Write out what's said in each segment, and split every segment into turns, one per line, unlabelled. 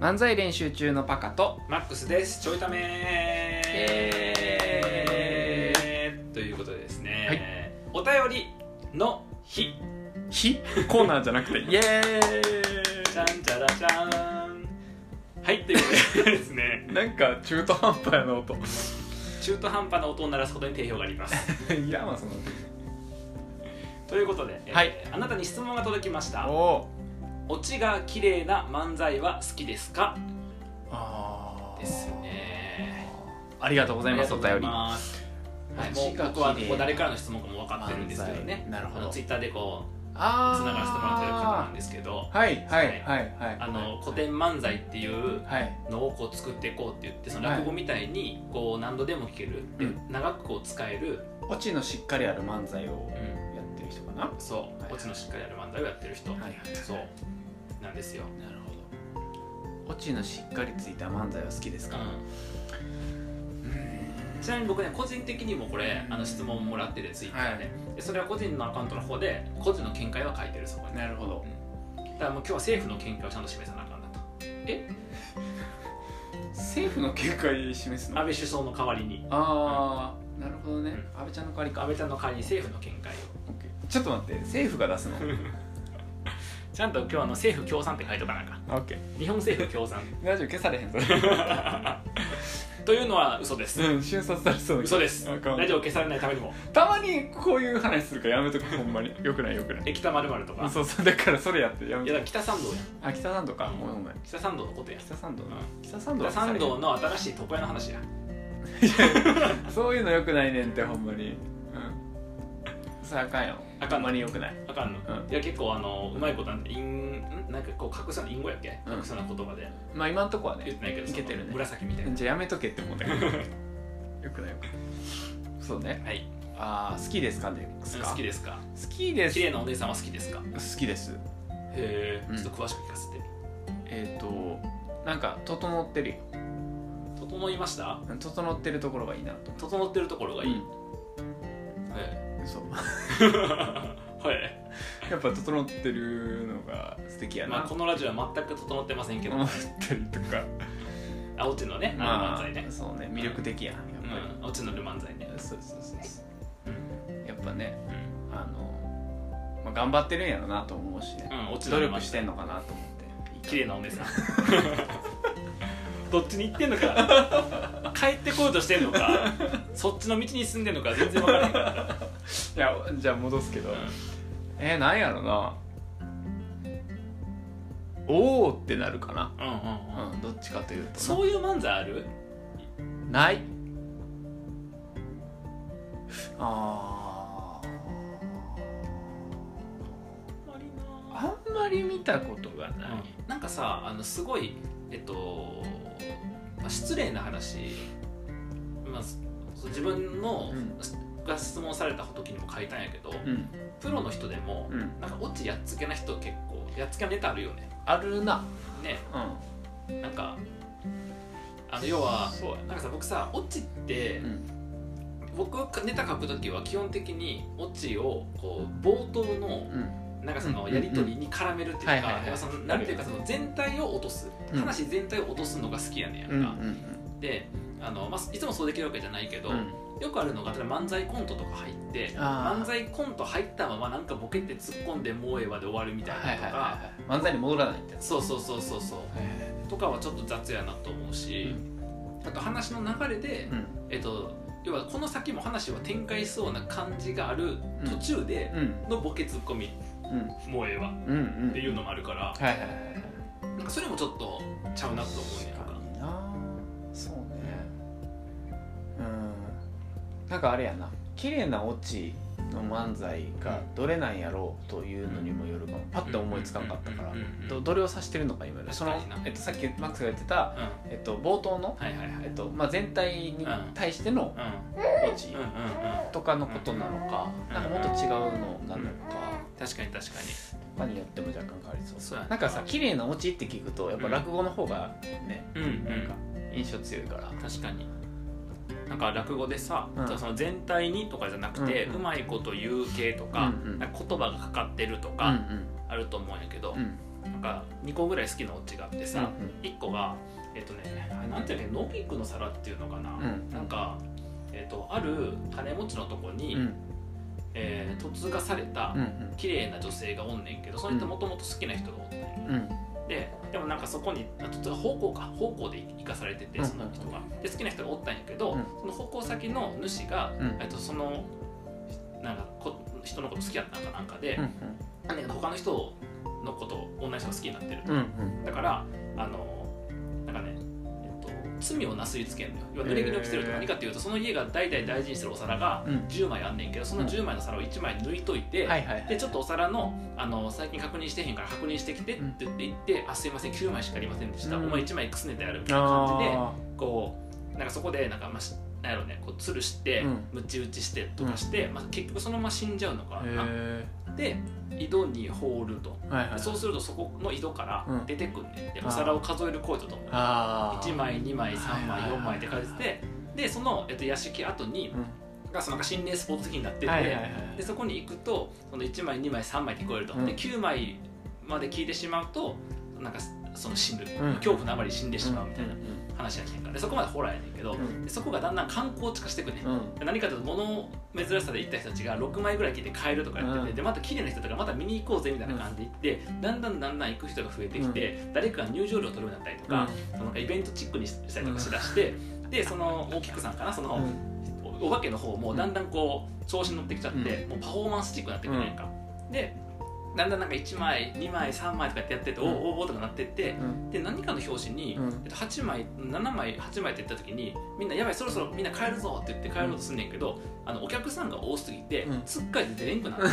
漫才練習中のパカと
マックスですちょいため
イ
ということでです
は
ね、お便りの日
「ひ」コーナーじゃなくてイエ
じゃん
ー
じゃらじゃんはいということでですね
イなんか中途半端やな音
中途半端な音を鳴らすことに定評があり ます
いやまあその
ということで、えー
はい
あなたに質問が届きました
お
オチが綺麗な漫才は好きですか
あー
ですね
ありがとうございますお
ありが
便
とうご
り
ざいますはい、もう
マジか
僕は
綺麗
こう誰からの質問かも分かってるんですけど
漫
ね
才なるほど
あのツイッターでこうつ
あ
ながらせてもらってる方なんですけど
ーはいはいはいはい
あの古
は
典漫才っていう
い
のをこう作っていこうって言ってその落語みたいにこう何度でも聞ける、で
うん
長くこう使える、
オチのしっかりある漫才をやってる人かなは
そう、
はい
オチのしっかりある漫才をやってる人、
いはい
そうなんですよ、
なるほどオチのしっかりついた漫才は好きですか
うんちなみに僕ね個人的にもこれあの質問もらっててツイッターで,、でそれは個人のアカウントの方で個人の見解は書いてるそこにだ
なるほど
からもう今日は政府の見解をちゃんと示さなあかんなと
政府の見解示す
安倍首相の代わりに
ああなるほどね
うん
安倍ちゃんの代わりか
安倍ちゃんの代わりに政府の見解を
ちょっと待って政府が出すの
ちゃんと今日あの政府共産って書いとかなんか
オッケー
日本政府共産
ラジオ消されへんそれ
というのは嘘です
うん瞬殺されそうだけど
嘘です
あかん
ラジオ消されないためにも
たまにこういう話するからやめとくほんまによくないよくない
駅田まるとか
そうそうだからそれやってや
い
め
や
と
だ
く
から北参道や
あ北参道かごめんごめん
北参道のことや
北参道な
う
北参道
北
は消されへ
参
ん
道の新しい床屋の話や
そういうのよくないねんってほんまにうんそれあかんよ
あか
ほ
ん
んまによくない
あかんの、
うん
いや結構あのうまいことなんて陰んなんかこう隠さない隠語やっけ
うん
隠さない言葉で
まあ今んとこは
言っ
ね
てないけど
いけてるね
その紫みたいな、
じゃあやめとけって思ったけど よくないよくないそうね
はい
ああ好きですかねですか
好きですか
好きで
綺麗なお姉さんは好きですか
す好きです
へえ、
うん
ちょっと詳しく聞かせて
えっ、となんか整ってるよ
整いました
整ってるところがいいなと思
整ってるところがいい、
う
はい
うんそう
はい
やっぱ整ってるのが素敵やな、
まあこのラジオは全く整ってませんけど、
整ったりとか
あオチのねあの漫才ね
まあ、そうね魅力的やんやっぱ
うんオチのる漫才ね
り、そうそうそうそう
うん
やっぱねあの、まあ、頑張ってるんやろなと思うしね
う、ん、オチの
努
る
力
漫
し
才
てんのかなと思って
綺麗なお姉さん どっちに行ってんのか帰ってこようとしてんのかそっちの道に進んでんのか全然わからへんから、
いやじゃあ戻すけど、
う
えー、なんやろなおおってなるかな、
ん、うんうんうん
うん、どっちかというとな
そういう漫才ある
ないあーあんまり見たことがない、
うんなんかさあのすごいえっと、まあ、失礼な話、まあ、そ自分の、
うん
が質問された時にも書いたんやけど、
うん
プロの人でも、
うん
なんかオチやっつけな人結構やっつけなネタあるよね
あるな
ね
う
なんかあの要は
そうや
なんかさ僕さオチって、
ん、
僕ネタ書く時は基本的にオチをこう冒頭の
うん、
なんかその
うん
やり取りに絡めるっていうか
はいはいはい
要はそのなんていうかその全体を落とす
うん
話全体を落とすのが好きやねんやん
うんうん
か、であの、まあ、いつもそうできるわけじゃないけど、
うん
よくあるのが例えば漫才コントとか入って
あー
漫才コント入ったままなんかボケて突っ込んでもうええわで終わるみたい
はいはい
な
はい
とか、
はい漫才に戻らないってやつ
そうそうそうそうそうとかはちょっと雑やなと思うし、あと話の流れで、
うん
えっと、要はこの先も話は展開しそうな感じがある途中で
うん
のボケツッコミ
うん
もうええわ
うんうん
っていうのもあるから
はいはいはいはい
なんかそれもちょっとちゃうなと思うねんか
確かになそうねうんなんかあれやな綺麗なオチの漫才がどれなんやろうというのにもよるかもパッと思いつかんかったから
うんうんうんうん
どどれを指してるのか今よりその
確かに、な
えっと、さっきマックスが言ってた、
うん
えっと、冒頭の、
はいはいはいうん
えっとまあ、全体に対してのオチ
うんうんうん
とかのことなのか
うん
なんかもっと違うのなのか
確かに確か
とかによっても若干変わりそう
そうやな
なんかさ綺麗なオチって聞くとやっぱ落語の方がね、
にうんう
なんか
ん
印象強いから
確かになんか落語でさ、
うん
じゃあその全体にとかじゃなく
う
て、うん
うん
まいこと言う系とか,、
うんうん
なんか言葉がかかってると
うん
かあると思うんやけど、
うんうん
なんか2個ぐらい好きなオチがあってさ、
う
1個がえっとねあれなんていうのノーピックの皿っていうのかな、
ん
なんか、えっと、ある金持ちのとこに、
うんうん
えー嫁がされた
うん
綺麗な女性がおんねんけどその人もともと好きな人がおんねん
うん
ででもなんかそこにあと方向か方向で生かされてて
うん
その人がで好きな人がおったんやけど、
うん
その方向先の主が、
うん
えっとそのなんかこ人のこと好きだったんかなんかで、
うん
なんだけど他の人のことを女の人が好きになってる
うんうん
だからあのなんかね、えっと、罪をなすりつけんのよ要は濡れ衣を着せると
へー
何かっていうとその家が代々大事にしてるお皿が
うん
10枚あんねんけどその10枚の皿を1枚抜いといて、
はいはいは
で
い
ちょっとお皿のあの最近確認してへんから確認してきてって言って行って「あすいません9枚しかありませんでした、
うん
お前1枚くすねてある」みたいな感じで
あ
こうなんかそこでなんかまあしなんやろねこうつるして、
うん
むち打ちしてとかして、まあ、結局そのまま死んじゃうのか
あ
な、
へ
で井戸に放ると。
えはいはい
そうするとそこの井戸から
うん
出てくんねんで
あー
お皿を数える工女と思う
ああ
1枚2枚3枚
はいはい
4
はい
枚って書いててでその、えっと、屋敷後に
うん
がそのなんか心霊スポット的になってて、
はいはいはい
でそこに行くとその1枚2枚3枚って聞こえると、
うん
で9枚まで聞いてしまうとなんかその死ぬ、
うん
恐怖のあまり死んでしまうみたいな
うん
話やねんからでそこまでホラーやねんけど、
うん
でそこがだんだん観光地化してくねん
うんうん
何かというと物珍しさで行った人たちが6枚ぐらい聞いて帰るとかやってて、
うん
でまた綺麗な人とかまた見に行こうぜみたいな感じで行って、だんだんだんだん行く人が増えてきて、誰かが入場料を取るようになったりとか,、なんかイベントチックにしたりとかしだして、でその大きくさんかなその、お化けの方もだんだんこう調子に乗ってきちゃって、もうパフォーマンスチックになってくるやんか、でだんだんなんか1枚2枚3枚とかってやってて、お
うん
おおとかなってって
うん
で何かの表紙に、
うん
えっと、8枚7枚8枚って言った時にみんな「やばいそろそろみんな帰るぞ」って言って帰ろうとすんねんけど、あのお客さんが多すぎて、
うん
つっかえて出れん くなる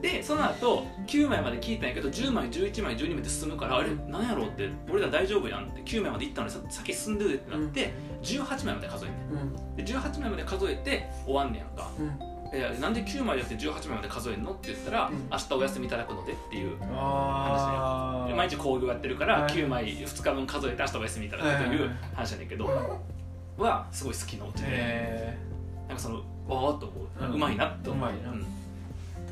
でその後9枚まで聞いたんやけど10枚11枚12枚って進むからあれなんやろうって俺ら大丈夫やんって9枚まで行ったのにさ先進んでるってなって、18枚まで数えんね
うん
んで18枚まで数えて終わんねやんか
うん
えなんで9枚じゃなくて18枚まで数えんのって言ったら、
うん
明日お休みいただくのでっていう
ああ
毎日工業やってるか
は
ら
い
9枚2日分数えて明日お休みいただくとい
は
う
い
話やねんけどはすごい好きなオチで
へ
なんかそのわーっと思う、う
うん
まいなって思う
うまいな
うん
え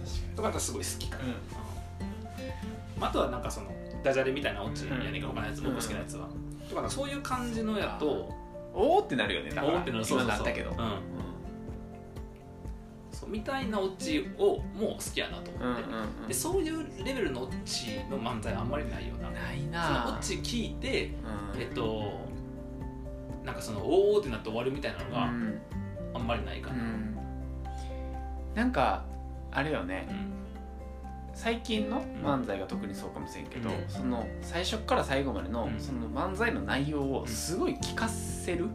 確
とかがすごい好きかな、
かに
まあ、あとはなんかそのダジャレみたいなオチやねんけど
うん
他のやつ僕好きなやつは、とかなんかそういう感じのやと
おおってなるよねだから
おーってなるそう
今
そ
な
うそ
っ
う
たけど
うんそうみたいなオチをもう好きやなと思
うんうん
って、
うん
でそういうレベルのオチの漫才あんまりないよな
ない
そのオ
な
チ聞いて
うん
えっとなんかそのおおってなって終わるみたいなの
う
が
ん
あんまりないか
う
な、
んなんかあれよね
うん
最近の漫才が特にそうかもしれんけど、
うん
その最初から最後までの,、
うん
その漫才の内容をすごい聞かせる
うんうん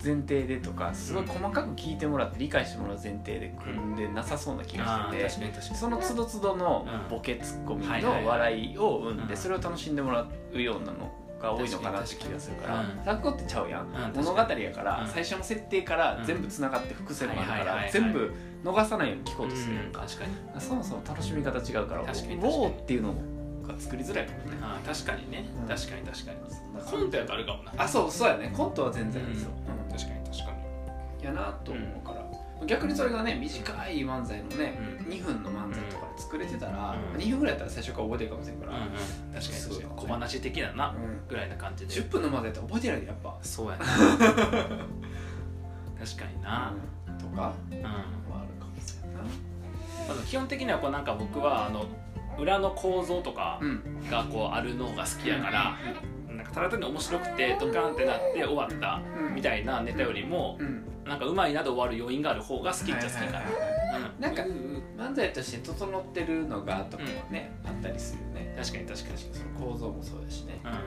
前提でとかすごい細かく聞いてもらって理解してもらう前提で組んでなさそうな気
うん
が
あー
して
確かに確
て
か
そのつどつどの
うん
ボケツッコミ
はいはいはい
の笑いを生ん
う
で
ん
それを楽しんでもらうようなのが多いのかなって気がするから
確かに確
落語ってちゃうやん
ん確かに
物語やから
うん
最初の設定から全部つながって伏線もあるか
はいはいはい
ら
はい
全部逃さないように聞こう
に
とするやん
うん
か
確かに
そもそも楽しみ方違うから「ウォ
確かに確かに
ー」っていうのが作りづらいかもね
あー確かにね、
うん
確かに確かに
そんな感じ
コントやとあるかもな
あそうそうやねコントは全然ですよ、うん
確かに確か
やなと思うから、逆にそれがね短い漫才のね、
うん
2分の漫才とかで作れてたら、
うん
2分ぐらいやったら最初から覚えてるかもしれんから、
に、うんうん、確かに
す
確
ごい
か
かも
に
ね
小話的なな、
うん
ぐらいな感じで
10分の漫才って覚えてないでやっぱ、
そうや な確かにな、
うんとか
うん
はあるかもしれんな
まず基本的にはこうなんか僕はあの裏の構造とか
うん
がこうあるのが好きやから、なんかただ単に面白くてドカンってなって終わった
うん
みたいなネタよりも、
うん
なんかうまいなで終わる要因がある方が好きっちゃ好きか
はい
ら
はいはいはい
うん
なんか漫才として整ってるのがとかもね、あったりするよね
確かに確かに、
その構造もそうだしね、
う
確か
ん、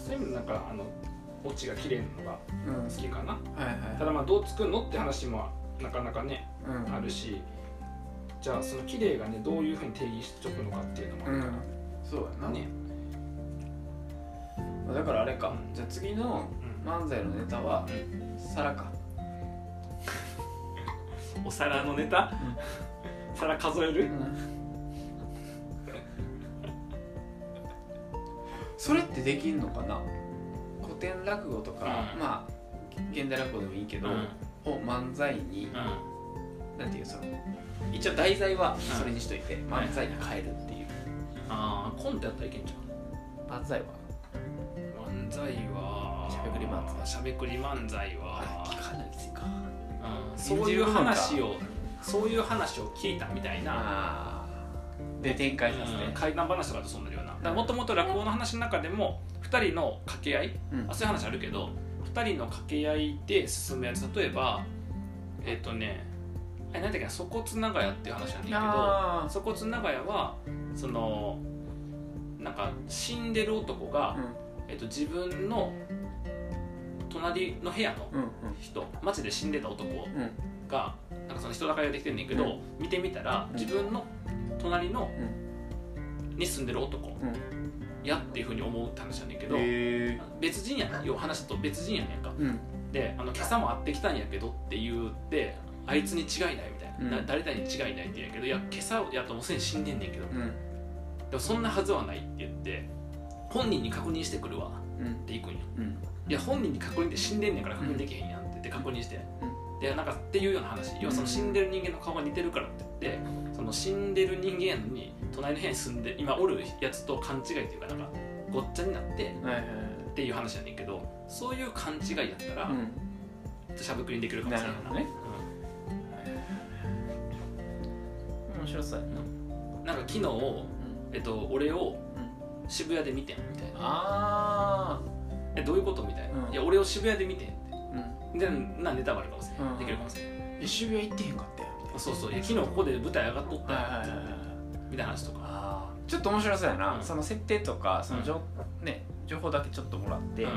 そういう意味でなんかあのオチが綺麗なのが
になうん
好きかな
はいはい
ただまあどう作るのって話もなかなかね
うん
あるしじゃあその綺麗がねどういうふうに定義しておくのかっていうのもあ
う
るか
んそうや
ら
な、
ね、
だからあれか、
うん
じゃあ次の
うん
漫才のネタは皿か
お皿のネタ、皿数える
それってできんのかな古典落語とか、
うん
まあ現代落語でもいいけ
う
ど、
んうん
を漫才に
なんていうその一応題材はそれにしといて、
はい
漫才に変えるっていう、ああコントやったらいけんじゃ
漫才は
ん漫才は
しゃべくり漫才
しゃべくり漫才は
かなりきついか
うんそういう話をそういう話を聞いたみたいな、
あーで展開させ
うん
て
怪談話とかとそうなるようなもともと落語の話の中でも2人の掛け合い
うん
あそういう話あるけど2人の掛け合いで進むやつ例えばえっ、とねあれ何だっけな粗骨長屋っていう話なんだけど
あ
鎖骨長屋はそのなんか死んでる男
あう、
が
ん
えっと、自分の隣の部屋の
うん
人街で死んでた男
うんうん
がなんかその人だかりができてんねんけど、
う
見てみたら
うん
自分の隣の、
う
に住んでる男
うん
やっていうふうに思うって話なんだけど、
へえ
別人やねん要は話だと別人やねんか
うん
であの今朝も会ってきたんやけどって言ってあいつに違いないみたい
う
な、
ん
だ誰々に違いないって言うんやけどいや今朝やともうすでに死んでんねんけど
うん
でもそんなはずはないって言って本人に確認してくるわ
うん
って行くんや
うん
いや本人に確認って死んでんねんから確認できへんやんって言って確認して、でなんかっていうような話要はその死んでる人間の顔が似てるからって言ってその死んでる人間やのに隣の部屋に住んで今おるやつと勘違いというかなんかごっちゃになって
はいはいはい
っていう話やねんけどそういう勘違いやったら、
うん
しゃべくりにできるかもしれない
なるほどね面白そうやな
うんなんか昨日、えっと、俺を渋谷で見てんみたいな
あ
えどういうことみたいな、
うん
いや俺を渋谷で見てんって
あうん
でなネタバレかもしれない、
うん
できるかもしれない
え渋谷行ってへんかったよみ
そうそういや昨日ここで舞台上がっとった
たい
よ
なはいはいはいはい
みたいな話とか、
あーちょっと面白そうやな、
うん
その設定とかその情,、ね、情報だけちょっともらって、
うん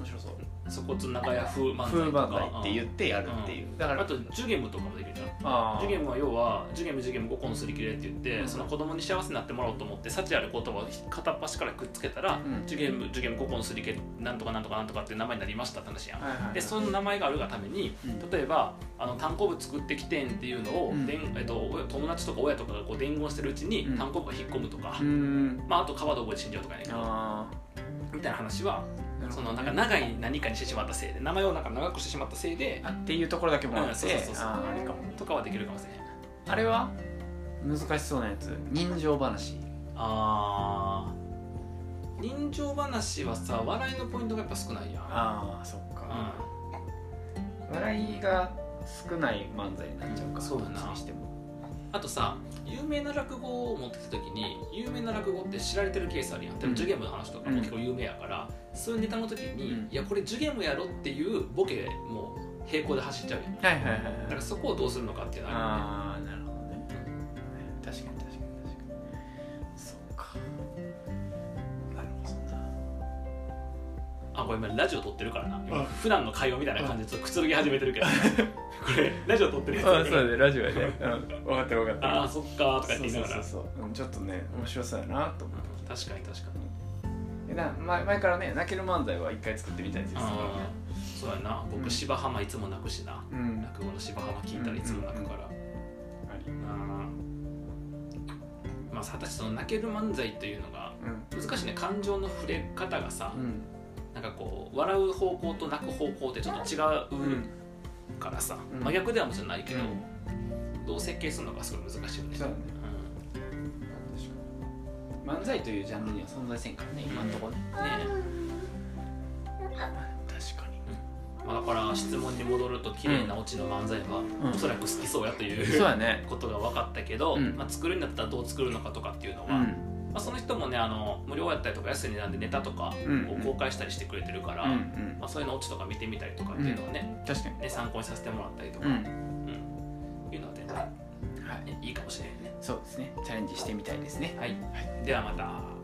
面白そう
そこつ長屋風漫才と
風
か
番台って言ってやるっていう、だか
うん
ら
あとジュゲムとかもできるじゃん
あ
ジュゲムは要はジュゲムジュゲム5個のすり切れって言って、
うん
その子供に幸せになってもらおうと思って幸ある言葉を片っ端からくっつけたら、
うん
ジュゲムジュゲム5個のすり切れなんとかなんとかなんとかって名前になりましたって話やん、
はいはいはい
でその名前があるがために
うん
例えばあの単行部作ってきてんっていうのを、
うん
でんえっと、お友達とか親とかがこう伝言してるうちに
うん
単行部が引っ込むとか、
うん
まあ、あと川で覚えて死んじゃうとかやねんけど
あ
みたいな話は
あなる
そ
ほ
の
ど
なん
ね
か長い何かにしてしまったせいで名前をなんか長くしてしまったせいで
あっていうところだけもらって、
うんそうそうそうそう
あーあれかも
とかはできるかもしれない
あれは難しそうなやつ人情話
あー人情話はさ笑いのポイントがやっぱ少ないやん
ああそっか、笑いが少ない漫才になっちゃうか
そうだ
ど
な
っちにしても
あとさ有名な落語を持ってきた時に有名な落語って知られてるケースあるやんで
う
も
ん
ジュゲムの話とかも結構有名やから、そういうネタの時に、
うん
いやこれジュゲムやろっていうボケも平行で走っちゃうやんだ
はいはいはいはい
からそこをどうするのかっていうのはあ
ああなるほどね確かに確かに確かにそう かなるほどな
るよねあこれ今ラジオ撮ってるからな今
うん
普段の会話みたいな感じでちょっとくつろぎ始めてるけどこれラジオ撮ってるやつ
あそうだねラジオやね、うん、分かってる分かってる
あーそっかー
そ
とか言って
う
言い
そ
な
う
がら
そうそう、うん、ちょっとね面白そうやなと思って
うん確かに確かに
えな前前からね泣ける漫才は一回作ってみたいですよ
あーそうやな
う
僕
ん
芝浜いつも泣くしな
うん
落語の芝浜聞いたらいつも泣くから
あり
うんまあさ私その泣ける漫才というのが
うん
難しいね感情の触れ方がさ
うん
なんかこう笑う方向と泣く方向ってちょっと違うからさ
うん
真逆ではもちろんないけど
うん
どう設計するのかすごい難しいよね
そうだね確かに漫才というジャンルには存在せんからね今んとこね、
うんねえ
確かに
まあだから質問に戻ると綺麗なオチの漫才は
ん
おそらく好きそうやという
そうやね
ことが分かったけど、
うん
まあ、作るんだったらどう作るのかとかっていうの
う
は、ま
ん
あ、その人もねあの無料やったりとか安い値段でネタとか
うん
を公開したりしてくれてるから、
うんうん
まあ、そういうのオチとか見てみたりとかっていうのはね,、
確かに
ね参考にさせてもらったりとか、
う
うん
ん
いうのは全然
はい
いいかもしれないね。
そうですねチャレンジしてみたいですね
はい、ではまた